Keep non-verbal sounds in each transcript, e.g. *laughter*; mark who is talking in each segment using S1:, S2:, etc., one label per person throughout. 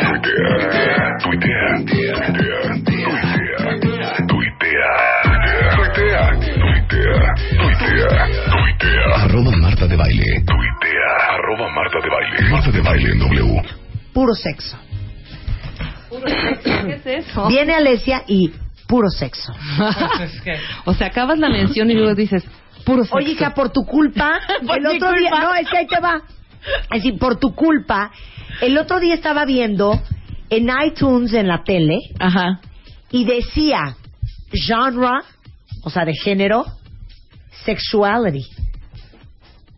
S1: Tuitea, tuitea, tuitea, tuitea, tuitea, tuitea, tuitea, tuitea,
S2: Arroba Marta de Baile.
S1: tuitea, arroba Marta de Baile, Marta de Baile en W.
S3: Puro sexo.
S4: ¿Qué es eso?
S3: Viene Alesia y puro sexo.
S4: O sea, acabas la mención y luego dices, puro sexo.
S3: Oye, hija, por tu culpa,
S4: *laughs* Por
S3: el
S4: mi
S3: otro día,
S4: culpa.
S3: no, es que ahí te va. Es decir, por tu culpa, el otro día estaba viendo en iTunes en la tele
S4: Ajá.
S3: y decía genre, o sea, de género, sexuality.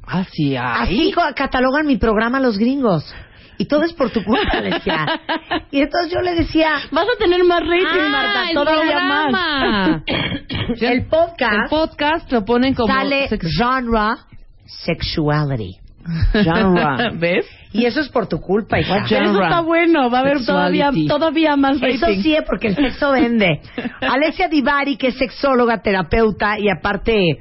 S4: Ah,
S3: Así
S4: sí, ahí.
S3: co- catalogan mi programa los gringos. Y todo es por tu culpa,
S4: *laughs*
S3: Alesia. Y entonces yo le decía,
S4: Vas a tener más rating,
S3: Ah,
S4: Marta,
S3: el
S4: todavía
S3: programa.
S4: *laughs* más.
S3: *laughs*
S4: Sí,
S3: el
S4: el
S3: podcast
S4: podcast lo ponen como...
S3: sale
S4: *laughs* sex-
S3: genre, sexuality. genre.
S4: ¿Ves?
S3: Y eso es por tu culpa, hija.
S4: Pero eso
S5: Genre.
S4: está bueno, va a haber
S5: Sexuality.
S4: todavía, todavía más rating.
S3: Eso sí es porque el sexo vende. Alessia Divari, que es sexóloga, terapeuta y aparte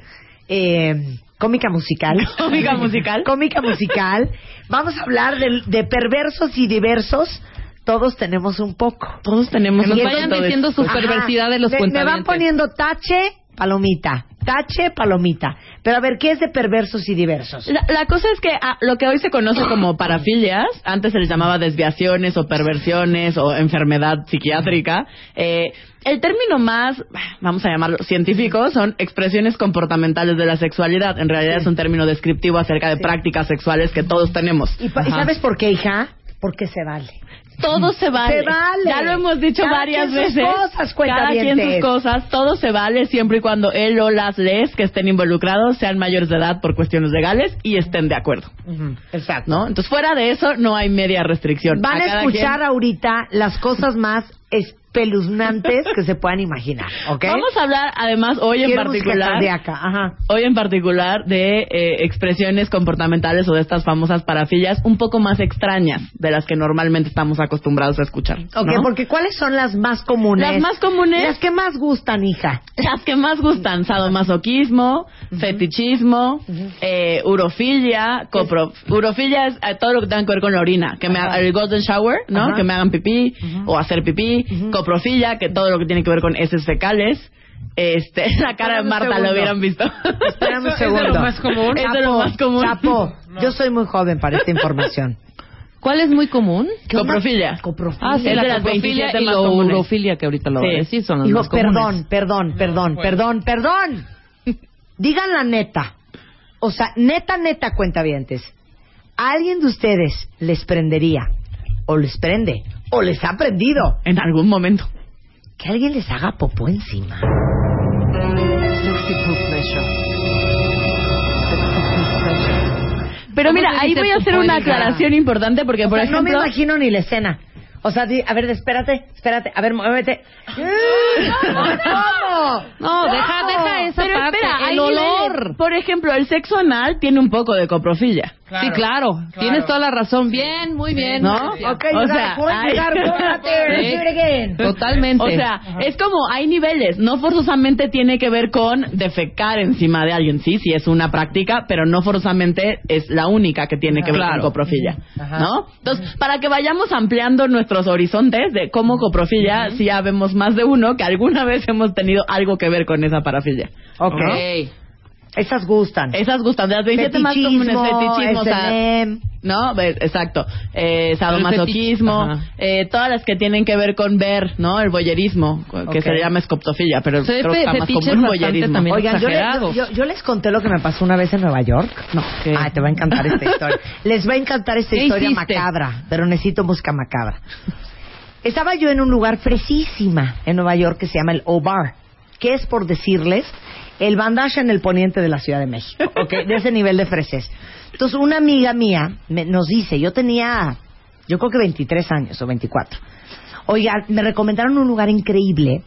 S3: eh, cómica musical.
S4: Cómica musical.
S3: cómica musical. Vamos a hablar de, de perversos y diversos. Todos tenemos un poco.
S5: Todos tenemos
S4: Nos
S5: un
S4: vayan
S5: poco de
S4: diciendo
S5: esto.
S4: sus perversidad de los
S3: me, me van
S4: cuentavientes.
S3: poniendo tache, palomita. Tache, palomita. Pero a ver, ¿qué es de perversos y diversos?
S5: La, la cosa es que ah, lo que hoy se conoce como parafilias, antes se les llamaba desviaciones o perversiones o enfermedad psiquiátrica, eh, el término más, vamos a llamarlo científico, son expresiones comportamentales de la sexualidad. En realidad es un término descriptivo acerca de prácticas sexuales que todos tenemos.
S3: ¿Y pa-
S5: Ajá.
S3: sabes por qué, hija? Porque se vale.
S5: Todo se vale.
S3: Se vale.
S5: Ya lo hemos dicho
S3: Cada
S5: varias
S3: quien sus
S5: veces.
S3: cosas,
S5: Cada quien
S3: cuentavientes.
S5: sus cosas. Todo se vale siempre y cuando él o las les que estén involucrados sean mayores de edad por cuestiones legales y estén de acuerdo.
S3: Exacto.
S5: ¿No? Entonces, fuera de eso, no hay media restricción.
S3: Van a
S5: cada
S3: escuchar
S5: quien-
S3: ahorita las cosas más espeluznantes que se puedan imaginar, ¿ok?
S5: Vamos a hablar, además, hoy en
S3: Quiero música
S5: particular.
S3: cardíaca, ajá.
S5: Hoy en particular de eh, expresiones comportamentales o de estas famosas parafilias un poco más extrañas de las que normalmente estamos acostumbrados a escuchar.
S3: Ok,
S5: ¿no?
S3: porque ¿cuáles son las más comunes?
S5: Las más comunes.
S3: Las que más gustan, hija.
S5: Las que más gustan, sadomasoquismo, fetichismo, eh, urofilia, copro... Urofilia es eh, todo lo que tenga que ver con la orina, que me ha- el golden shower, ¿no?
S3: Ajá.
S5: Que me hagan pipí o hacer pipí, coprofilia, que todo lo que tiene que ver con heces fecales. Este, *laughs* la
S3: Espérame
S5: cara de
S3: un
S5: Marta
S3: segundo.
S5: lo hubieran visto. *laughs*
S3: Espérame un
S4: Eso es de
S3: segundo.
S4: lo más común.
S5: Es de lo
S3: Chapo,
S5: más común.
S3: Chapo, yo soy muy joven para esta información.
S4: ¿Cuál es muy común?
S5: Coprofilia.
S3: Coprofilia.
S4: Ah, sí,
S5: Es
S4: la
S5: de las
S4: coprofilia
S5: 27
S4: y
S5: más ¿eh?
S4: la
S5: comunes.
S4: urofilia que ahorita lo
S5: Sí.
S4: voy a decir son las
S3: Hijo,
S4: más comunes. pues.
S3: perdón, perdón, perdón, perdón, perdón. *laughs* Digan la neta. O sea, neta, neta, cuentavientes. ¿A alguien de ustedes les prendería? ¿O les prende? ¿O les ha prendido?
S5: En algún momento.
S3: Que alguien les haga popó encima.
S5: Pero
S4: ¿Cómo
S5: mira,
S4: se
S5: ahí
S4: dice
S5: voy a hacer una
S4: pupónica?
S5: aclaración importante porque,
S3: O
S5: por
S3: sea,
S5: ejemplo...
S3: no me imagino ni la escena. O sea, di- a ver, espérate, espérate, a ver, muévete.
S5: ¡Ah!
S3: ¿Cómo?
S4: No, deja, deja esa
S5: Pero
S4: parte,
S5: espera, hay
S4: el olor.
S5: niveles. Por ejemplo, el sexo anal tiene un poco de coprofilia.
S4: sí, claro, tienes toda la razón. Bien, muy bien.
S5: ¿No?
S4: Alicia.
S3: Okay, you
S5: O
S3: gotta
S5: sea,
S3: point, you
S5: ay. *laughs*
S3: gotta go out there and do it again.
S4: Totalmente.
S5: O sea, es como hay niveles, no forzosamente tiene que ver con defecar encima de alguien, sí, sí es una práctica, pero no forzosamente es la única que tiene que ver
S4: Claro.
S5: con coprofilia,
S3: Ajá.
S5: ¿no? Entonces, para que vayamos ampliando nuestros horizontes de cómo coprofilia, si ya vemos más de uno que alguna vez hemos tenido algo que ver con esa parafilia.
S3: Ok. Esas gustan.
S5: Esas gustan de las 27 más
S3: Fetichismo, E.
S5: comunes, fetichismo, o sea,
S3: S&M.
S5: ¿no? Ve- Exacto. Eh, sadomasoquismo,
S4: El fetich- ajá.
S5: eh, todas las que tienen que ver con ver, ¿no? El boyerismo, que
S3: Ok. este
S5: se le llama escoptofilia, pero
S4: Sí,
S5: creo
S4: fe-
S5: que está más
S4: fetiches
S5: común
S4: bastante
S5: boyerismo. *laughs*
S4: también.
S3: Oigan, yo, le-
S4: exagerados.
S3: yo- yo les conté lo que me pasó una vez en Nueva York.
S5: No, ¿qué?
S3: Ay, te va a encantar
S5: *laughs*
S3: esta historia. Les va a encantar esta
S4: ¿Qué
S3: historia
S4: hiciste?
S3: macabra, pero necesito música macabra. Estaba yo en un lugar fresísima en Nueva York que se llama el O-Bar, que es, por decirles, el bandage en el poniente de la Ciudad de
S5: *laughs*
S3: México, ¿ok? De ese nivel de freses. Entonces, una amiga mía me- nos dice, yo tenía, yo creo que 23 años o 24. Oiga, me recomendaron un lugar increíble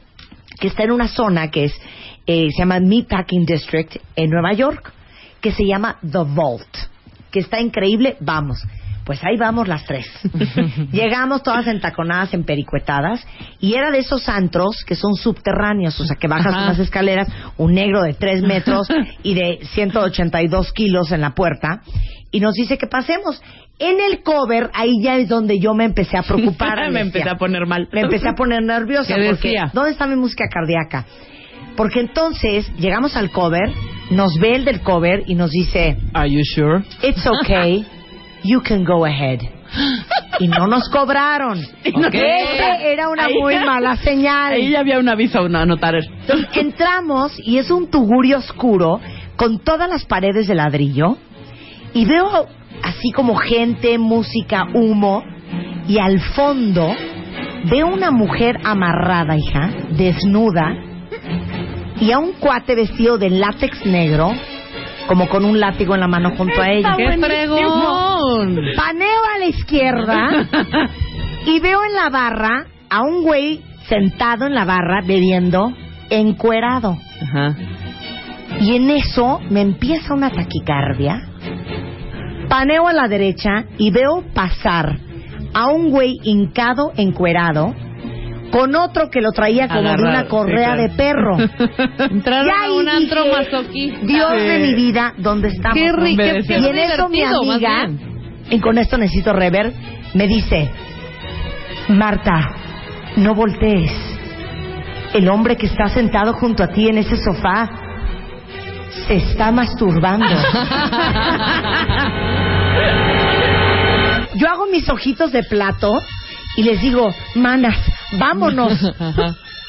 S3: que está en una zona que es eh, se llama Meatpacking District en Nueva York, que se llama The Vault, que está increíble. Vamos, pues ahí vamos las
S5: *laughs*
S3: tres. Llegamos todas entaconadas, empericuetadas, y era de esos antros que son subterráneos, o sea, que bajas
S4: Ajá.
S3: unas escaleras, un negro de tres metros y de 182 kilos en la puerta, y nos dice que pasemos. En el cover, ahí ya es donde yo me empecé a preocupar.
S5: *laughs*
S3: Alessia.
S5: me empecé a poner mal.
S3: Me empecé a poner nerviosa
S5: ¿Qué
S3: porque
S5: decía?
S3: ¿dónde está mi música cardíaca? Porque entonces llegamos al cover, nos ve el del cover y nos dice,
S5: Are you *laughs* sure?
S3: "It's okay, you can go ahead." Y no nos
S5: *laughs*
S3: cobraron.
S5: Ok.
S3: Esa era una
S5: Ahí-
S3: muy mala señal.
S5: Ahí ya había un aviso a anotar.
S3: Entonces, entramos y es un tugurio oscuro con todas las paredes de ladrillo y veo así como gente, música, humo y al fondo veo una mujer amarrada, hija, desnuda y a un cuate vestido de látex negro como con un látigo en la mano junto a ella.
S5: *laughs* ¡Qué fregón!
S3: Paneo a la izquierda y veo en la barra a un güey sentado en la barra bebiendo encuerado.
S5: Ajá.
S3: Y en eso me empieza una taquicardia. Paneo a la derecha y veo pasar a un güey hincado, encuerado, con otro que lo traía como de
S5: Agarrado,
S3: una
S5: sí,
S3: correa
S5: claro.
S3: de perro.
S5: *laughs*
S4: Entraron
S3: Ya
S4: a un
S3: ahí
S4: antro
S3: dije,
S4: masoquista.
S3: Dios de
S5: Sí.
S3: mi vida, ¿dónde estamos?
S4: Qué
S3: no?
S4: rico,
S5: qué
S4: qué
S3: Y en eso mi
S4: divertido, más
S3: amiga,
S4: bien.
S3: y con esto necesito rever, me dice, Marta, no voltees. El hombre que está sentado junto a ti en ese sofá se está masturbando.
S4: *laughs*
S3: Yo hago mis ojitos de plato y les digo, manas, vámonos.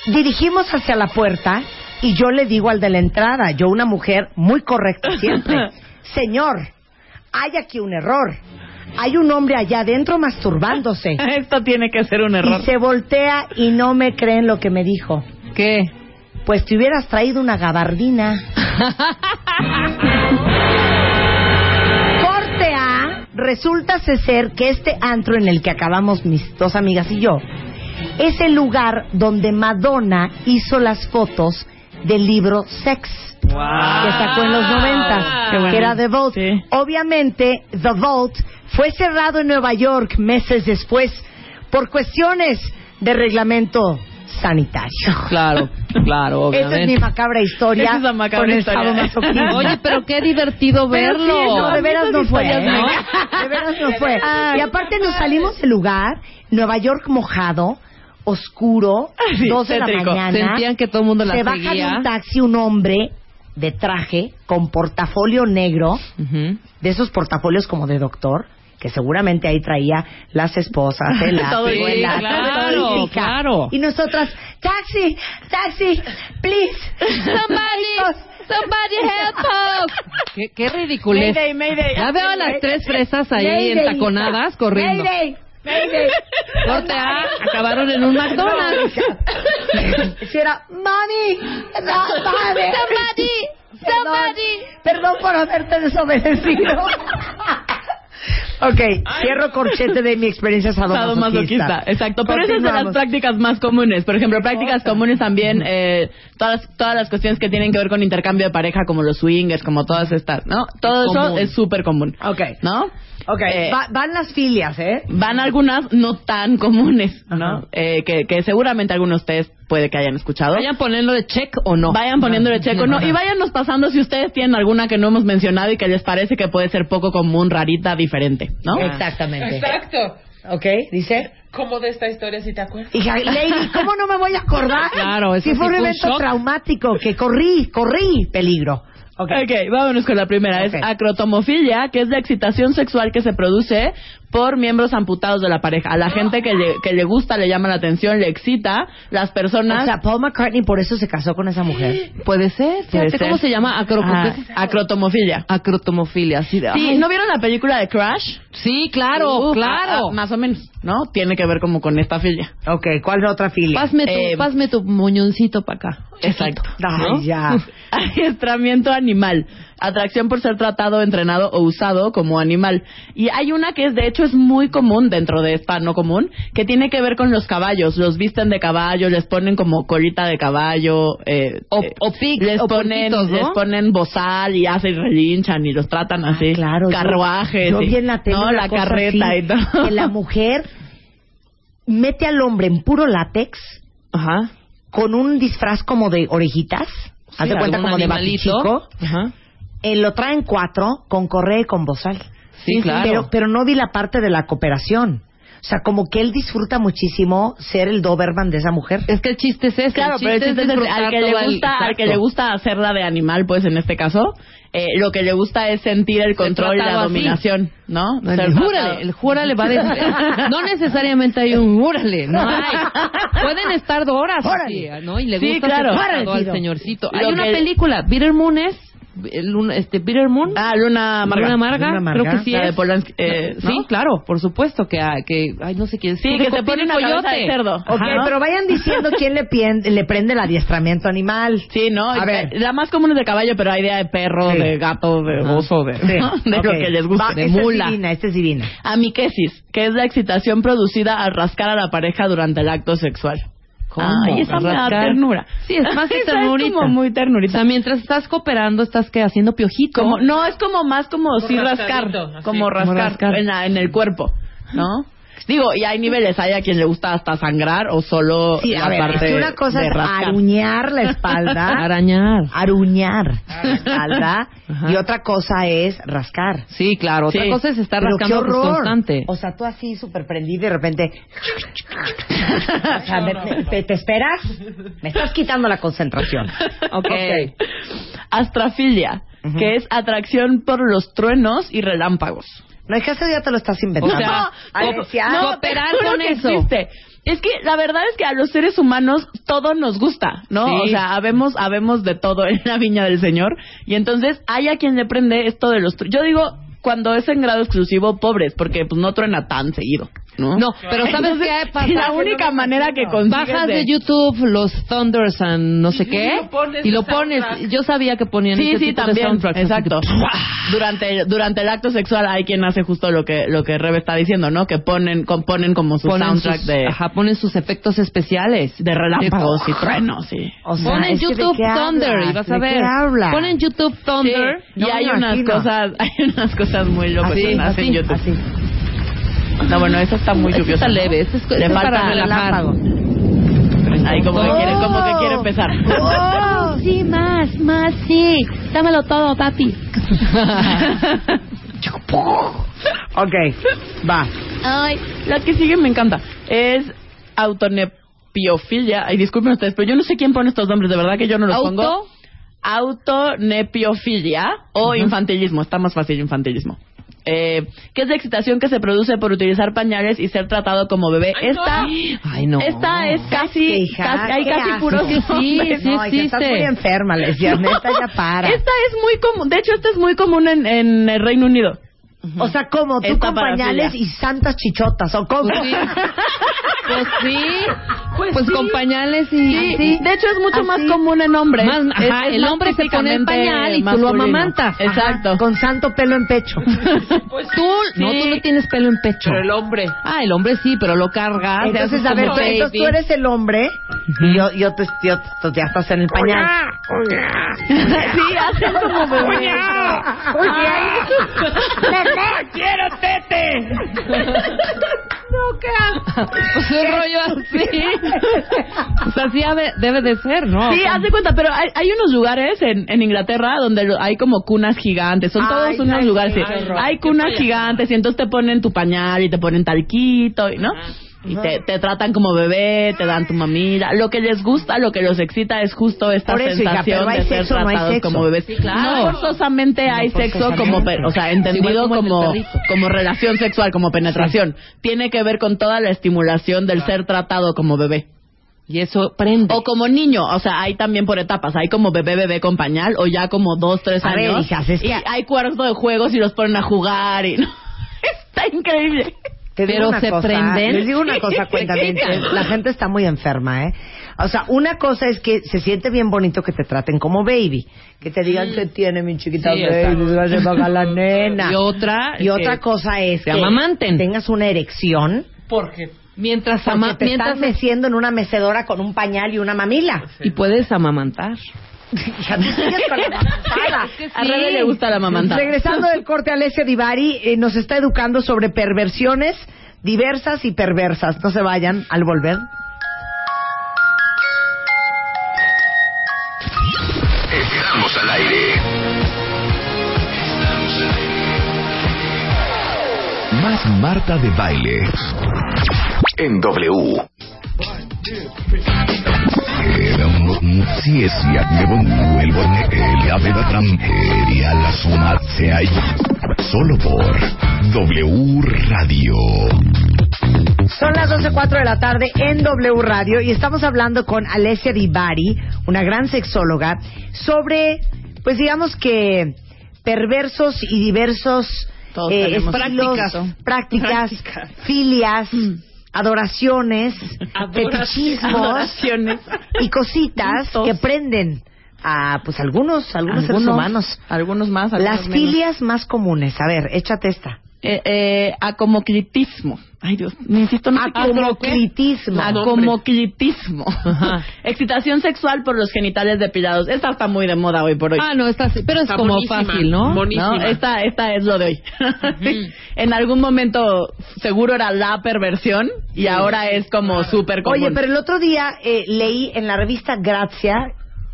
S3: Dirigimos hacia la puerta y yo le digo al de la entrada, yo una mujer muy correcta siempre, señor, hay aquí un error. Hay un hombre allá adentro
S5: *laughs*
S3: masturbándose.
S5: Esto tiene que ser un error.
S3: Y se voltea y no me creen lo que me dijo.
S5: ¿Qué?
S3: Pues te hubieras traído una gabardina. Corte A, resulta ser que este antro en el que acabamos mis dos amigas y yo es el lugar donde Madonna hizo las fotos del libro Sex. Que sacó en los 90,
S5: Ah, Qué bueno.
S3: que era The Vault.
S5: Sí.
S3: Obviamente, The Vault fue cerrado en Nueva York meses después por cuestiones de reglamento sanitario.
S5: Claro, claro,
S3: Esa es mi macabra historia
S5: Esa es la macabra
S3: con el
S5: historia.
S3: sadomasoquismo.
S4: Oye, pero qué divertido
S5: Pero sí,
S4: verlo.
S3: No, de veras no fue.
S5: historias
S3: ¿eh?
S5: me-
S3: De veras no fue. Y aparte nos salimos del lugar, Nueva York mojado, oscuro,
S5: Ah, Sí,
S3: dos de la
S5: tétrico.
S3: mañana.
S4: Sentían que todo el mundo la
S3: Se baja de
S4: seguía.
S3: un taxi un hombre de traje con portafolio negro,
S5: Ujú.
S3: de esos portafolios como de doctor, que seguramente ahí traía las esposas, el
S5: Todo,
S3: látigo, el
S5: sí,
S3: látigo,
S5: claro,
S3: todo el pica.
S5: claro.
S3: Y nosotras, taxi, taxi, please.
S4: *laughs* Somebody, somebody help us. Qué, qué ridiculez.
S3: Mayday, mayday.
S4: Ya veo a las tres fresas ahí
S3: Mayday,
S4: entaconadas
S3: hija.
S4: corriendo. *laughs*
S3: Mayday, mayday.
S4: Corte A, acabaron en un McDonald's.
S3: Si era, mami, no, mami.
S4: Somebody, somebody.
S3: Perdón, perdón por haberte
S4: *laughs*
S3: desobedecido. ok, cierro corchete de mi experiencia sadomasoquista.
S5: Sadomasoquista, exacto. Pero esas son las
S3: Continuamos.
S5: prácticas más comunes. Por ejemplo, prácticas comunes también, eh, todas, las- todas las cuestiones que tienen que ver con intercambio de pareja, como los swingers, como todas estas, ¿no? Todo eso
S4: Común.
S5: es súper común.
S3: Ok,
S5: ¿No?
S3: ok.
S5: Eh,
S3: Va- van las filias, ¿eh?
S5: Van algunas no tan comunes,
S3: Ajá.
S5: ¿no? Eh, que, que seguramente algunos de ustedes puede que hayan escuchado.
S4: Vayan poniendo de check o no.
S5: Vayan poniéndole checo, no. Y váyanos pasando si ustedes tienen alguna que no hemos mencionado y que les parece que puede ser poco común, rarita, diferente, ¿no?
S3: Ah. Exactamente.
S2: Exacto.
S3: Ok, dice.
S2: ¿Cómo de esta historia si te acuerdas?
S3: Hija, Lady, ¿cómo no me voy a acordar?
S4: Claro, eso
S3: Si fue un
S4: sí fue un
S3: evento
S4: shock.
S3: traumático, que corrí, corrí, peligro. Ok.
S5: ok, vámonos con la primera.
S3: Ok.
S5: Es acrotomofilia, que es la excitación sexual que se produce por miembros amputados de la pareja. A la gente que le, que le gusta, le llama la atención, le excita. Las personas...
S3: O sea, Paul McCartney por eso se casó con esa mujer.
S4: Puede ser.
S5: Puede
S4: fíjate, ¿Cómo
S5: ser.
S4: se llama? Acro-
S5: Ah, acrotomofilia.
S4: Acrotomofilia. Sí,
S5: Sí,
S4: ay,
S5: ¿no vieron la película de Crash?
S4: sí, claro,
S5: Uf,
S4: claro.
S5: ah, ah, más o menos, ¿no? Tiene que ver como con esta filia.
S3: Ok, ¿cuál otra filia?
S4: Pásme tu,
S5: Eh,
S4: pásme tu moñoncito para acá.
S5: Exacto.
S3: Ay, *laughs*
S5: ¿no?
S3: ya.
S5: *laughs* Adiestramiento animal. Atracción por ser tratado, entrenado o usado como animal. Y hay una que es, de hecho, es muy común dentro de esta no común, que tiene que ver con los caballos. Los visten de caballo, les ponen como colita de caballo. eh,
S4: O-
S5: eh,
S4: o pic-
S5: les
S4: o
S5: ponen,
S4: puntitos, ¿no?
S5: Les ponen bozal y hacen relinchan y los tratan así.
S3: Ah, claro. yo-
S5: Carruajes.
S3: Yo,
S5: y-
S3: vi en la tele
S5: No,
S3: una
S5: la
S3: cosa
S5: carreta
S3: así,
S5: y todo.
S3: Que la mujer mete al hombre en puro látex
S5: *laughs* Ajá.
S3: con un disfraz como de orejitas. Haz de cuenta
S4: algún
S3: como de
S4: animalito.
S3: batichico.
S5: Ajá.
S3: Eh, lo traen cuatro con correa y con bozal.
S5: Sí, claro.
S3: Pero, pero no vi la parte de la cooperación. O sea, como que él disfruta muchísimo ser el Doberman de esa mujer.
S4: Es que el chiste es ese.
S5: Claro, pero el chiste es
S4: disfrutar
S5: al que le
S4: todo el-
S5: gusta, al que le
S4: Exacto.
S5: gusta hacerla de animal, pues en este caso, eh, lo que le gusta es sentir el control y la
S4: tratado así.
S5: dominación, ¿no?
S4: No,
S5: Ser
S4: el
S5: tratado.
S4: júrale, el júrale
S5: *laughs*
S4: va de... No necesariamente hay un júrale, no hay. *laughs* Pueden estar dos horas así, ¿no? Y le
S5: Sí,
S4: gusta
S5: claro.
S4: ser tratado
S5: Júrale,
S4: al
S5: tío.
S4: señorcito.
S5: Lo
S4: hay una
S5: que-
S4: película, Bitter Moon es... el luna- este, Bitter Moon.
S5: Ah, Luna Amarga.
S4: Luna Amarga,
S3: Luna Amarga,
S4: creo que sí
S5: la
S4: es.
S5: de Polanski, eh,
S4: Sí,
S5: ¿no?
S4: claro, por supuesto que, ah, que ay no sé qué,
S5: Sí, que te pone una cabeza de cerdo.
S3: Ok,
S5: Ajá.
S3: pero vayan
S5: *laughs*
S3: diciendo quién le, pien- le prende el adiestramiento animal.
S5: Sí, ¿no?
S3: A
S5: Eh,
S3: ver.
S5: La más común es de caballo, pero hay idea de perro,
S3: Sí.
S5: de gato, de
S3: Ah,
S5: oso, *laughs* de,
S3: sí,
S5: de lo
S3: ok.
S5: que les gusta,
S3: Va,
S5: de
S3: esta
S5: mula.
S3: Es divina, esta es divina.
S5: Amiquesis, que es la excitación producida al rascar a la pareja durante el acto sexual.
S4: ¿Cómo?
S5: Ay, esa me da
S4: Rascar.
S5: ternura.
S4: Sí, es más que
S5: *laughs* Esa
S4: ternurita.
S5: como muy
S4: O sea,
S5: ternurita.
S4: mientras estás cooperando, estás que haciendo piojito.
S5: Como, no, es como más como,
S2: Como
S5: sí rascar,
S2: rascadito, así.
S5: como rascar,
S4: rascar.
S5: En, la- en el cuerpo, ¿no? Digo, y hay niveles, hay a quien le gusta hasta sangrar o solo
S3: Sí,
S5: la
S3: a ver, es
S5: parte
S3: que una cosa
S5: de
S3: es
S5: rascar.
S3: aruñar la
S5: *laughs*
S3: espalda,
S4: Arañar.
S3: aruñar la espalda,
S4: Ajá.
S3: y otra cosa es rascar.
S4: Sí, claro.
S5: Sí.
S4: Otra cosa es estar
S3: Pero qué
S4: rascando pues,
S3: horror.
S4: constante.
S3: O sea, tú así súper prendida y de repente... O sea, me- te, te esperas? Me estás quitando la concentración.
S5: *laughs* Ok. Astrafilia,
S3: Ujú.
S5: que es atracción por los truenos y relámpagos.
S3: No, es que eso ya te lo estás inventando.
S4: O sea,
S3: Alexia,
S5: no,
S3: no,
S5: te
S4: cooperar
S5: juro
S4: con
S5: que
S4: eso.
S5: existe. Es que la verdad es que a los seres humanos todo nos gusta, ¿no?
S4: Sí.
S5: O sea, habemos, habemos de todo en la viña del Señor. Y entonces hay a quien le prende esto de los... tru- Yo digo, cuando es en grado exclusivo, pobres, porque pues no truena tan seguido, ¿no?
S4: No, pero ¿sabes qué hay?
S5: Y la única manera que consigues
S4: Bajas de YouTube los Thunders and no sé qué
S2: Y lo pones
S4: y lo
S2: de
S4: pones.
S2: soundtrack.
S4: Yo sabía que ponían
S5: Sí,
S4: ese
S5: sí,
S4: tipo de
S5: también.
S4: soundtracks, así *laughs*
S5: Exacto.
S4: que-
S5: Durante, durante el acto sexual hay quien hace justo lo que, lo que Rebe está diciendo, ¿no? Que ponen, componen como su
S4: Ponen
S5: soundtrack
S4: sus,
S5: de,
S4: ajá, ponen sus efectos especiales
S5: de relámpagos y truenos y...
S3: o sea,
S4: Ponen
S3: es que ¿de
S4: YouTube
S3: qué
S4: Thunder y
S3: hablas?
S4: vas
S3: ¿De
S4: a ver.
S3: qué hablas?
S4: Ponen YouTube Thunder
S5: Sí,
S3: No
S5: y
S3: me
S5: hay unas
S3: imagino.
S5: *laughs* cosas, hay unas cosas muy locas
S3: Así,
S5: en
S3: así,
S5: YouTube.
S3: así.
S5: No, bueno, esa está muy
S4: Este
S5: lluviosa.
S4: está
S5: ¿no?
S4: leve, este es-
S5: Le
S4: este es
S5: falta
S4: para relajar.
S3: Relámpago.
S5: Ahí como que
S3: Oh.
S5: quiere, como que quiere empezar.
S3: Oh.
S4: Sí, más, más, sí. Dámelo todo, papi.
S3: Ok, va.
S5: Ay, la que sigue me encanta. Es autonepiofilia. Ay, disculpen ustedes, pero yo no sé quién pone estos nombres, de verdad que yo no los pongo.
S4: Auto.
S5: Autonepiofilia o infantilismo, está más fácil infantilismo. Eh, que es la excitación que se produce por utilizar pañales y ser tratado como bebé.
S2: Ay, no.
S5: Esta,
S4: Ay, no.
S5: esta es
S3: Qué
S5: casi,
S3: hija,
S5: casi- hay
S3: qué
S5: casi
S3: asco.
S5: puros
S4: Sí, sí,
S5: hombres.
S4: sí
S3: No, hija, estás
S4: existe.
S3: muy enferma, Lesbiana. Neta, ya para.
S5: Esta *laughs* es muy común, de hecho esta es muy común en, en el Reino Unido.
S3: O sea, como tú
S5: Esta
S3: con
S5: para
S3: pañales
S5: Celia.
S3: y santas chichotas, ¿o cómo?
S4: Pues sí. Pues sí. Pues,
S5: sí.
S4: con pañales y así.
S5: De hecho es mucho más
S3: Así.
S5: común en hombres.
S4: Más-
S5: Es-
S4: ajá,
S5: es
S4: el
S5: más
S4: hombre se pone
S5: típicamente
S4: el pañal y tú lo
S5: masculino.
S4: amamantas.
S5: Exacto.
S3: Ajá, Con santo pelo en pecho.
S2: Pues
S4: Tú, no, tú no tienes pelo en pecho.
S2: Pero el hombre.
S4: Ah, el hombre sí, pero lo cargas. le
S3: entonces,
S4: Ah, haces
S3: a ver,
S4: como
S3: tú, entonces
S4: baby.
S3: tú eres el hombre y yo, yo, te, yo tú ya estás en el pañal.
S5: sí, hacen como bebé.
S4: Pues un rollo así. *laughs* o sea, *laughs* sí a ver, debe de ser, ¿no?
S5: Sí, haz de cuenta, pero hay, hay unos lugares en, en Inglaterra donde lo- hay como cunas gigantes, son
S3: Ay,
S5: todos unos
S3: ay,
S5: lugares,
S3: qué
S5: sí.
S2: horror.
S5: hay
S2: Qué
S5: cunas
S2: payaso.
S5: gigantes y entonces te ponen tu pañal y te ponen talquito, y ¿no? Y te, te tratan como bebé, te dan tu mamila. Lo que les gusta, lo que los excita es justo esta
S3: Por eso, hija,
S5: sensación
S3: pero hay
S5: de ser
S3: sexo, no hay
S5: tratados
S3: sexo.
S5: como bebés. No forzosamente hay sexo como, pe- o sea,
S4: Igual
S5: entendido
S4: como el del
S5: como,
S4: perrito.
S5: como relación sexual, como penetración. Tiene que ver con toda la estimulación del ser tratado como bebé.
S4: Y eso prende.
S5: O como niño, o sea, hay también por etapas. Hay como bebé, bebé con pañal, o ya como dos, tres
S3: A ver,
S5: años.
S3: hijas, es que-
S5: Y hay cuarto de juegos y los ponen a jugar y... *laughs* Está increíble.
S3: Te digo
S4: Pero
S3: una
S4: se
S3: cosa,
S4: prenden.
S3: Les digo una
S4: *laughs*
S3: cosa,
S5: Sí,
S3: cuéntame.
S5: hija.
S3: La gente está muy enferma, ¿eh? O sea, una cosa es que se siente bien bonito que te traten como baby. Que te digan que tiene mi chiquita
S4: Mm. Sí,
S3: baby,
S4: exacto.
S3: se va a llevar a
S4: *laughs*
S3: la nena.
S4: Y otra.
S3: Y otra
S4: que
S3: cosa es que
S4: te amamanten.
S3: tengas una erección
S2: Porque
S4: Mientras,
S3: porque
S4: ama
S3: te
S4: mientras
S3: estás meciendo en una mecedora con un pañal y una
S4: *laughs*
S3: mamila.
S4: Y puedes amamantar.
S3: Ya tú sigues con
S4: *laughs*
S3: la mamantada.
S5: A Rebe le gusta la mamanta.
S3: Regresando del corte, Alessia Divari eh, nos está educando sobre perversiones diversas y perversas. No se vayan al volver.
S1: Estamos al aire. Marta de Baile. En W. Era un noticia que vuelvo el ave de trampería la suma se hay solo por W Radio.
S3: Son las 12.04 de la tarde en W Radio y estamos hablando con Alessia Divari, una gran sexóloga, sobre, pues digamos que perversos y diversos eh,
S5: Todos tenemos
S3: estilos,
S5: prácticas.
S3: prácticas,
S5: Prácticas. Mm.
S3: filias, adoraciones, fetichismos
S5: Adoraciones.
S3: y cositas
S5: Gustos.
S3: que prenden a pues algunos, algunos, seres humanos.
S5: Algunos más, algunos
S3: Las
S5: menos.
S3: filias más comunes. A ver, échate esta.
S5: Eh, eh, acomoclitismo. Ay, Dios, me insisto, no sé qué-
S3: Acomoclitismo.
S5: Acomoclitismo. *laughs* Excitación sexual por los genitales depilados. Esta está muy de moda hoy por hoy.
S4: Ah, no, está así. Pero es
S6: Está
S4: como
S6: buenísima,
S4: fácil, ¿no?
S6: buenísima.
S5: No, esta, esta es lo de hoy. Sí. *laughs* En algún momento seguro era la perversión y ahora es como súper común.
S3: Oye, pero el otro día eh, leí en la revista Gracia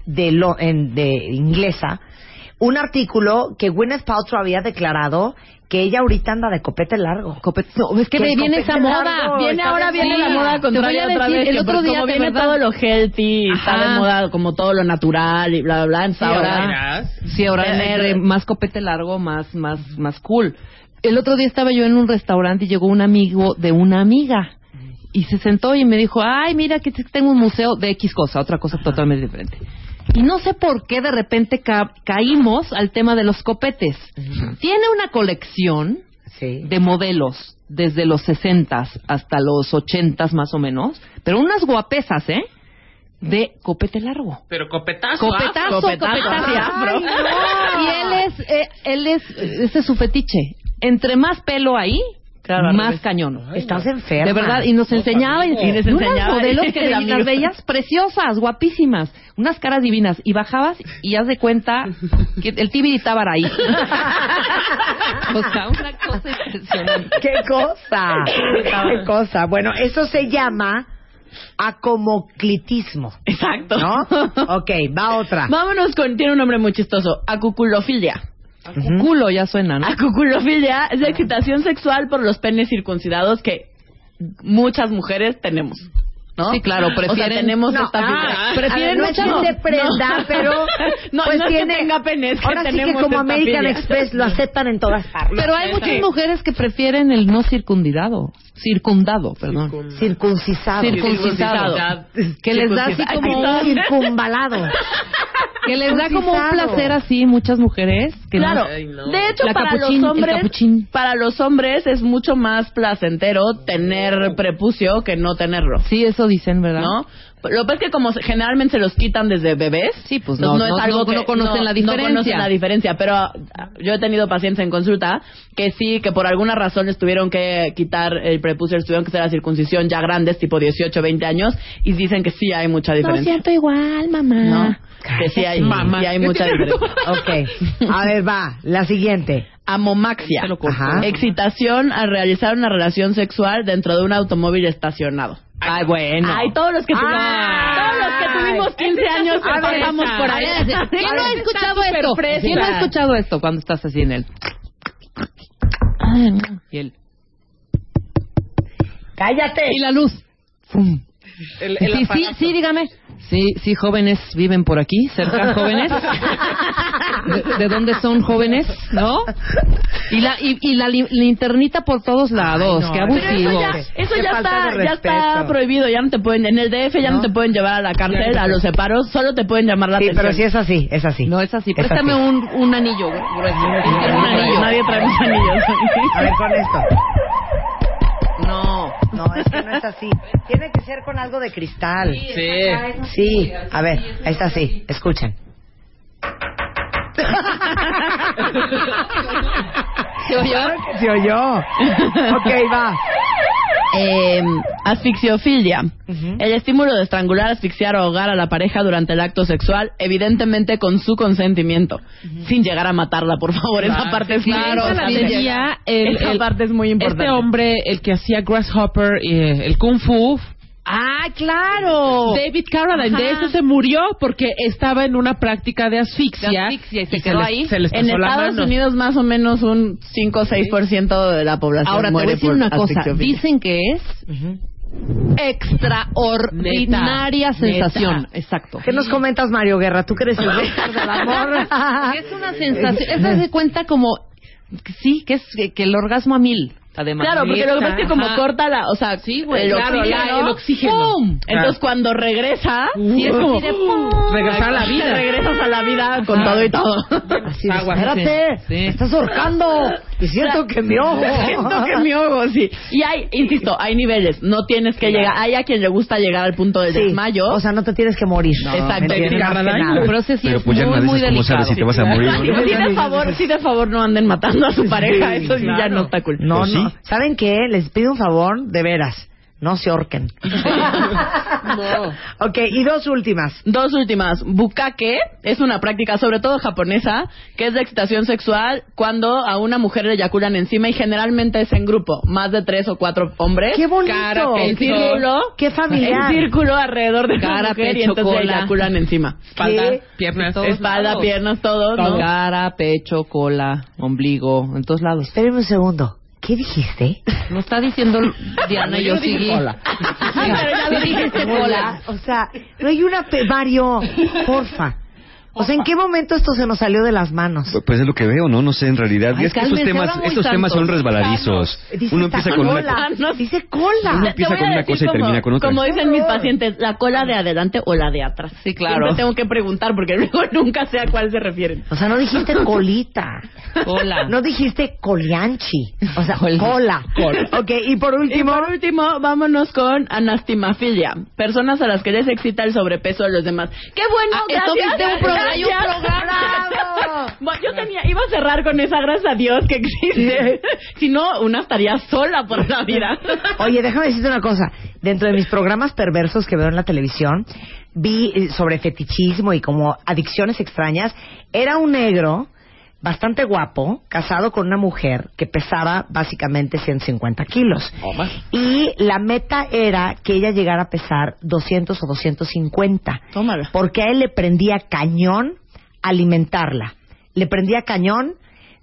S3: de, lo, en- de inglesa un artículo que Gwyneth Paltrow había declarado que ella ahorita anda de copete largo.
S4: No, es que
S3: Que
S4: me
S3: el
S4: viene esa
S3: copete
S4: moda.
S3: largo,
S5: Viene
S3: está
S5: ahora,
S3: de
S5: viene
S3: moda.
S5: la moda
S4: Te voy
S5: contraria
S4: a
S5: otra
S4: decir,
S5: vez.
S4: el
S5: que
S4: otro
S5: por-
S4: día,
S5: como
S4: de
S5: viene
S4: verdad.
S5: todo lo healthy, está de
S4: Ajá.
S5: moda como todo lo natural y bla, bla, bla. entonces ahora,
S6: Ahora.
S4: Sí, ahora
S5: Tener-
S4: entre más copete largo, más, más, más cool. El otro día estaba yo en un restaurante y llegó un amigo de una amiga. Y se sentó y me dijo, ay, mira, que t- tengo un museo de X cosa, otra cosa totalmente diferente. Y no sé por qué de repente ca- caímos al tema de los copetes. Tiene una colección
S3: Sí.
S4: de modelos desde los 60 hasta los 80 más o menos, pero unas guapesas, ¿eh? De copete largo.
S6: Pero copetazo. ¿ah?
S4: Copetazo,
S5: Copetazo,
S4: copetazo.
S5: afro.
S4: Ay, no. Y él es, eh, él es, ese es su fetiche. Entre más pelo ahí,
S5: Claro, al
S4: más
S5: revés.
S4: cañón.
S3: Estás enferma.
S4: de verdad, *laughs* y nos enseñaba y,
S5: Y les
S4: unas
S5: enseñaba.
S4: modelos que
S5: El
S4: de-
S5: amigo.
S4: las veías preciosas, guapísimas, unas caras divinas, y bajabas y haz de cuenta que el tibiri estaba ahí. o sea, una cosa impresionante.
S3: ¡Qué cosa! ¡Qué cosa! Bueno, eso se llama acomoclitismo.
S5: exacto.
S4: *laughs*
S3: ¿No? Ok, va otra.
S5: *laughs* Vámonos con, tiene un nombre muy chistoso, acuculofilia.
S4: Culo ya suena, ¿no? Ah.
S5: Acuculofilia es la excitación sexual por los penes circuncidados que muchas mujeres tenemos. ¿No?
S4: Sí, claro,
S5: O sea,
S4: prefieren-
S5: tenemos
S3: No,
S5: esta
S3: ah,
S5: fibra.
S3: ah,
S5: prefieren
S3: a ver, *laughs* no
S5: muchas-
S3: es que se prenda,
S5: no.
S3: pero
S5: *laughs* no,
S3: pues
S5: no es
S3: tiene-
S5: que tenga penes, que
S3: Ahora sí que
S5: tenemos
S3: como
S5: esta
S3: American
S5: fibra.
S3: Express lo aceptan en todas partes.
S4: Pero hay muchas mujeres que prefieren el no circundidado. Circundado, perdón.
S3: Circuncisado.
S4: circuncisado. Que les da así
S5: Circuncisado.
S4: como un-
S3: Circunvalado.
S4: que les da como un
S3: circuncisado.
S4: placer así muchas mujeres que no-
S5: Claro,
S6: Ay, no.
S5: de hecho
S4: La
S5: para
S4: capuchín, el
S5: los hombres
S4: capuchín.
S5: para los hombres es mucho más placentero tener prepucio que no tenerlo.
S4: Sí, eso dicen, ¿verdad?
S5: ¿no? Lo que pasa es que como se- generalmente se los quitan desde bebés,
S4: Sí, pues
S5: entonces
S4: no, no- no- no conocen la diferencia.
S5: No conocen la diferencia, pero ah, yo he tenido pacientes en consulta que sí, que por alguna razón les tuvieron que quitar el prepucio, les tuvieron que hacer la circuncisión ya grandes, tipo 18, 20 años, y dicen que sí hay mucha diferencia.
S4: igual, mamá.
S5: ¿no? Que sí hay, sí hay mucha diferencia.
S3: *laughs* Ok. A ver, va. La siguiente.
S5: Amomaxia.
S3: Ajá.
S5: Excitación al realizar una relación sexual dentro de un automóvil estacionado.
S4: Ay, bueno.
S5: Ay, todos los que tuvimos,
S3: Ay.
S5: todos los que tuvimos 15 años
S3: *laughs* A
S5: que
S3: ver,
S5: pasamos por ahí.
S4: ¿Quién no ha escuchado esto? ¿Quién no ha escuchado esto cuando estás así en él? Y él.
S3: ¡Cállate!
S4: Y la luz. Fum.
S6: El, el
S4: Sí, sí,
S6: aparato.
S4: sí, dígame. Sí, sí, jóvenes viven por aquí, cerca jóvenes. ¿De, de dónde son jóvenes? ¿No? Y la, y, y la li- linternita por todos lados,
S3: no,
S4: qué
S3: pero eso
S5: Pero eso
S4: abusivo.
S5: ya, eso
S3: Qué
S5: ya
S3: falta
S5: está,
S3: de
S5: ya está
S3: respeto.
S5: prohibido, ya no te pueden, en el DF ya no, te pueden llevar a la cárcel, a los separos, solo te pueden llamar la
S3: Sí,
S5: atención.
S3: pero sí es así, es así.
S4: No es así. Préstame
S3: así.
S4: un, un anillo gru- grueso. Un anillo.
S5: *laughs* Nadie trae mis anillos.
S3: A ver, con esto.
S4: No.
S3: No, es que no es así. Tiene que ser con algo de cristal.
S6: Sí.
S3: Sí, a ver, ahí está así. Escuchen.
S4: ¿Se oyó?
S3: *laughs* Se oyó. Ok, va.
S5: Eh, asfixiofilia. El estímulo de estrangular, asfixiar o ahogar a la pareja durante el acto sexual, evidentemente con su consentimiento, sin llegar a matarla, por favor. Esa
S6: Ah,
S5: parte es
S4: claro,
S5: muy
S4: o sea,
S5: importante.
S4: tenía
S6: el-
S5: Esa
S6: el-
S5: parte es muy importante.
S6: Este hombre, el que hacía Grasshopper, eh, el Kung Fu,
S4: Ah, ¡Ah, claro!
S6: David Carradine,
S4: Ajá.
S6: de eso se murió porque estaba en una práctica de asfixia.
S4: De asfixia y se
S6: le-
S4: quedó ahí.
S6: se le
S5: En
S6: pasó la
S5: Estados
S6: mano.
S5: Unidos más o menos un 5 o 6% de la población
S4: Ahora te voy a
S5: muere
S4: decir
S5: por
S4: una cosa.
S5: asfixiofilia.
S4: Dicen que es extraordinaria
S5: Neta.
S4: sensación.
S5: Neta.
S4: Exacto.
S3: ¿Qué nos comentas, Mario Guerra? ¿Tú crees el doctor del
S4: *laughs*
S3: amor?
S4: es una sensación. Esa se cuenta como. que Sí, que es que, que el orgasmo a mil. Además.
S5: Claro, porque lo que pasa es que como
S4: Ajá.
S5: corta la, o sea, sí,
S4: güey,
S5: el
S4: claro,
S5: oxígeno,
S4: la- el oxígeno. Uh.
S5: ¡pum! Entonces cuando regresa, sí es como
S4: ¡pum!
S6: Regresar a la vida.
S5: regresas a la vida con todo y
S4: *laughs*
S5: todo.
S3: Así, de,
S6: Aguas,
S3: espérate,
S4: sí.
S3: me estás ahorcando. Y siento que mi ojo.
S5: Siento que mi ojo, sí. Y hay, insisto, hay niveles, no tienes que llegar, hay a quien le gusta llegar al punto del
S3: Sí,
S5: desmayo.
S3: O sea, no te tienes que morir.
S5: Exacto.
S3: ¿me entiendes? Más que
S6: Carradine.
S3: nada.
S4: Pero ese sí
S7: Pero
S4: es
S7: pues ya
S4: muy,
S7: no
S4: muy
S7: dices cómo
S4: delicado.
S7: sabes si te vas a morir o
S5: Sí,
S7: no.
S5: sí, de favor, sí, de favor, no anden matando a su pareja. Eso sí ya no está cool.
S3: No,
S7: ¿O sí?
S3: no. ¿Saben qué? Les pido un favor, de veras. No se horquen.
S5: *laughs*
S3: Ok, y dos últimas.
S5: Dos últimas. Bukake es una práctica, sobre todo japonesa, que es de excitación sexual cuando a una mujer le eyaculan encima y generalmente es en grupo, más de tres o cuatro hombres.
S3: ¡Qué bonito!
S5: Cara, en
S3: ¡Qué-
S5: círculo.
S3: qué familiar!
S5: En círculo alrededor de
S4: Cara,
S5: la mujer y
S4: pecho,
S5: entonces le
S4: cola.
S5: eyaculan encima.
S6: Espalda,
S3: ¿Qué?
S6: piernas,
S4: Todos
S5: Espalda,
S4: lados.
S5: piernas, todo, ¿no?
S4: Cara, pecho, cola, ombligo, en todos lados.
S3: Espérenme un segundo. ¿Qué dijiste?
S4: No está diciendo Diana, yo seguí.
S5: Pero *laughs* ya lo dijiste, cola.
S3: O sea, no hay una... pe- Mario, porfa. O sea, ¿en qué momento esto se nos salió de las manos?
S7: Pues es lo que veo, ¿no? No sé, en realidad.
S4: Ay,
S7: Y es que estos
S4: cálmense,
S7: temas,
S4: ahora muy
S7: estos temas son
S4: santos.
S7: resbaladizos.
S3: Dice
S7: Uno empieza con una...
S5: Ah,
S3: cola.
S7: co-
S3: Dice
S7: Uno
S3: cola.
S5: Te
S7: empieza
S5: voy a
S7: con una
S5: decir
S7: cosa y
S5: como-
S7: termina con otra.
S5: Como dicen mis pacientes, la cola de adelante o la de atrás.
S4: Sí, claro.
S5: Siempre tengo que preguntar porque *laughs* luego nunca sé a cuál se refieren.
S3: O sea, no
S7: *laughs*
S3: dijiste colita. *laughs*
S4: Cola.
S3: No dijiste colianchi. O sea, cola. Ok, y por
S5: Y
S3: último...
S5: por último, vámonos con anastimafilia. Personas a las que les excita el sobrepeso de los demás. ¡Qué bueno!
S4: Ah,
S5: gracias.
S4: esto viste un programa, hay un
S5: Gracias.
S4: programa.
S3: ¡Bravo!
S5: *laughs* Bueno, yo tenía, iba a cerrar con esa, gracias a Dios que existe. *laughs* si no, una estaría sola por la
S4: *laughs*
S5: vida.
S3: Oye, déjame decirte una cosa. Dentro de mis programas perversos que veo en la televisión, vi eh, sobre fetichismo y como adicciones extrañas. Era un negro bastante guapo, casado con una mujer que pesaba básicamente 150 kilos.
S7: Oh.
S3: Y la meta era que ella llegara a pesar 200 o 250.
S5: Tómala.
S3: Porque a él le prendía cañón alimentarla. Le prendía cañón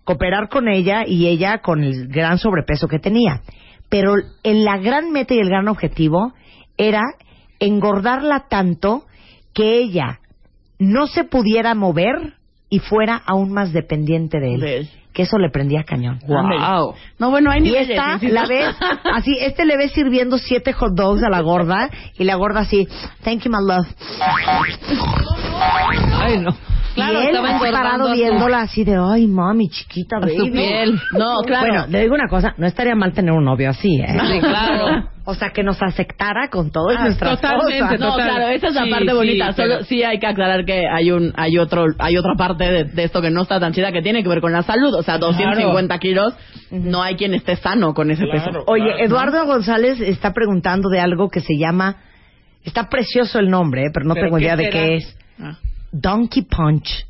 S3: cooperar con ella y ella con el gran sobrepeso que tenía. Pero en la gran meta y el gran objetivo era engordarla tanto que ella no se pudiera mover y fuera aún más dependiente de él.
S5: De él.
S3: Que eso le prendía cañón.
S4: Wow.
S5: No, bueno, hay
S3: Y
S5: niveles.
S3: esta
S5: insisto.
S3: la ves
S5: *laughs*
S3: así, este le ves sirviendo siete hot dogs a la gorda y la gorda así, thank you my love.
S4: Ay, no. Claro,
S3: y él
S4: estaba
S3: así parado
S4: engordando.
S3: viéndola así de, ay mami, chiquita,
S4: A
S3: baby.
S4: su piel.
S3: No, claro. Bueno, le digo una cosa, no estaría mal tener un novio así, ¿eh?
S4: Sí, claro.
S3: *laughs* O sea, que nos aceptara con todas nuestras
S6: totalmente,
S3: cosas.
S5: No,
S6: Total.
S5: claro, esa es la
S6: Sí,
S5: parte
S6: sí,
S5: bonita.
S6: pero-
S5: Solo sí hay que aclarar que hay un, hay otro, hay otra parte de, de esto que no está tan chida que tiene que ver con la salud. O sea, 250 kilos, no hay quien esté sano con ese peso.
S3: Oye, Eduardo González está preguntando de algo que se llama, está precioso el nombre, ¿eh? pero no
S6: ¿Pero
S3: tengo
S6: qué
S3: idea de
S6: será?
S3: qué es.
S5: Ah.
S3: Donkey Punch.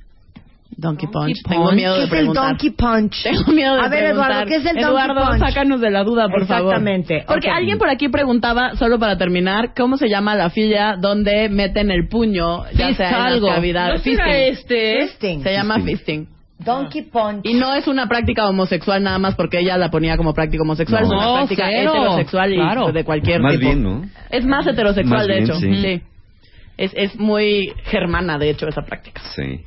S5: Donkey Punch.
S4: Punch.
S5: Tengo miedo
S3: ¿Qué
S5: de
S3: es el
S5: preguntar.
S3: Donkey Punch?
S5: *laughs* Tengo miedo de
S3: A ver,
S5: preguntar.
S3: Eduardo, ¿qué es el Donkey
S5: Eduardo,
S3: Punch?
S5: sácanos de la duda, por favor.
S3: Exactamente,
S5: Porque
S3: ok.
S5: alguien por aquí preguntaba, solo para terminar, ¿cómo se llama la filla donde meten el puño, ya
S4: Fist
S5: sea en
S4: algo.
S5: la cavidad?
S6: ¿No será
S5: Fisting.
S6: este?
S3: Fisting.
S5: Se llama fisting.
S3: Donkey Punch.
S5: Y no es una práctica homosexual nada más porque ella la ponía como práctica homosexual,
S7: No.
S5: es una
S4: No,
S5: práctica
S4: cero.
S5: heterosexual y
S4: Claro.
S5: de cualquier
S7: Más
S5: tipo.
S7: bien, ¿no?
S5: Es más heterosexual,
S7: Más
S5: de
S7: bien,
S5: hecho.
S7: sí.
S5: Es, es muy germana, de hecho, esa práctica.
S7: Sí.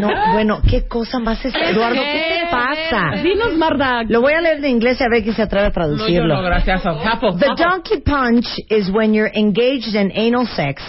S3: No, bueno, qué cosa más es Eduardo, ¿qué te pasa?
S5: Dinos, Marta.
S3: Lo voy a leer de inglés y a ver quién se atreve a
S6: No, yo
S3: traducirlo.
S6: no, gracias.
S4: oh,
S6: Japo,
S3: The
S6: japo.
S3: donkey punch is when you're engaged in anal sex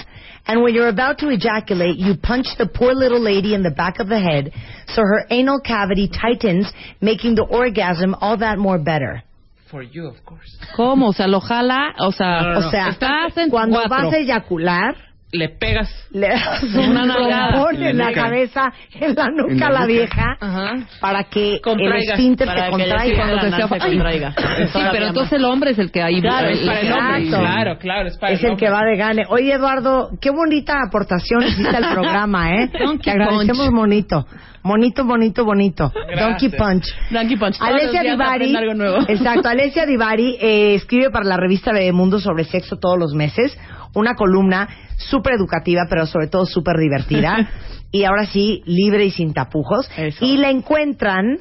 S3: and when you're about to ejaculate, you punch the poor little lady in the back of the head so her anal cavity tightens, making the orgasm all that more better.
S6: For you, of course.
S4: ¿Cómo? O sea, lo jala, o sea,
S6: No, no, no.
S3: O sea,
S4: estás en
S3: cuando
S4: cuatro.
S3: vas a eyacular,
S6: Le pegas.
S3: le das un
S4: Una nalgada.
S3: trompón en
S7: En la
S3: la
S7: nuca.
S3: cabeza, en la nuca
S7: En la
S3: a la
S7: nuca.
S3: vieja
S4: Ajá.
S3: para que el
S6: Contraiga.
S3: esfínter
S5: Para
S3: se
S5: que le siga
S3: contraiga.
S5: la
S4: Cuando se
S5: nalga
S4: sea-
S5: se contraiga.
S4: Sí, pero entonces el hombre es el que ahí
S5: Claro, es
S4: el-
S6: Para el hombre.
S3: Exacto.
S6: Claro, claro. Es para
S3: Es el
S6: hombre.
S3: que
S5: pues.
S3: va de gane. Oye, Eduardo, qué bonita aportación
S5: *laughs*
S3: hiciste al programa, ¿eh?
S4: Donkey
S3: Te agradecemos
S4: Punch.
S3: monito. Monito, bonito, bonito. Donkey Punch.
S5: Donkey Punch. Todos los
S3: Alessia
S5: días
S3: Divari,
S5: aprende algo nuevo. *laughs*
S3: exacto, Alessia Divari eh, escribe para la revista Mundo sobre sexo todos los meses. una columna súper educativa, pero sobre todo súper
S5: *laughs*
S3: divertida. y ahora sí, libre y sin tapujos.
S5: Eso.
S3: Y la encuentran,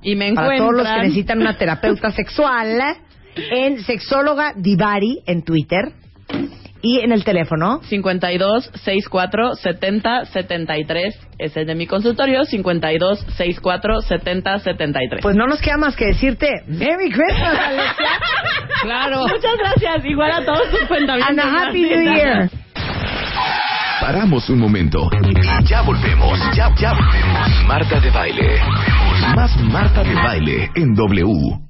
S5: Y me
S3: para
S5: encuentran...
S3: todos los que necesitan una
S5: *laughs*
S3: terapeuta sexual, en Sexóloga Divari en Twitter y en el teléfono.
S5: 52 64 70 73 es el de mi consultorio 52 64 70 73
S3: Pues no nos queda más que decirte Merry Christmas, Alexia.
S5: claro muchas gracias igual a todos sus
S3: and
S5: cuentavientes
S3: a Happy New
S5: Gracias.
S3: Year.
S1: Paramos un momento. Ya volvemos. Ya, ya volvemos. Marta de baile. Más Marta de baile en W.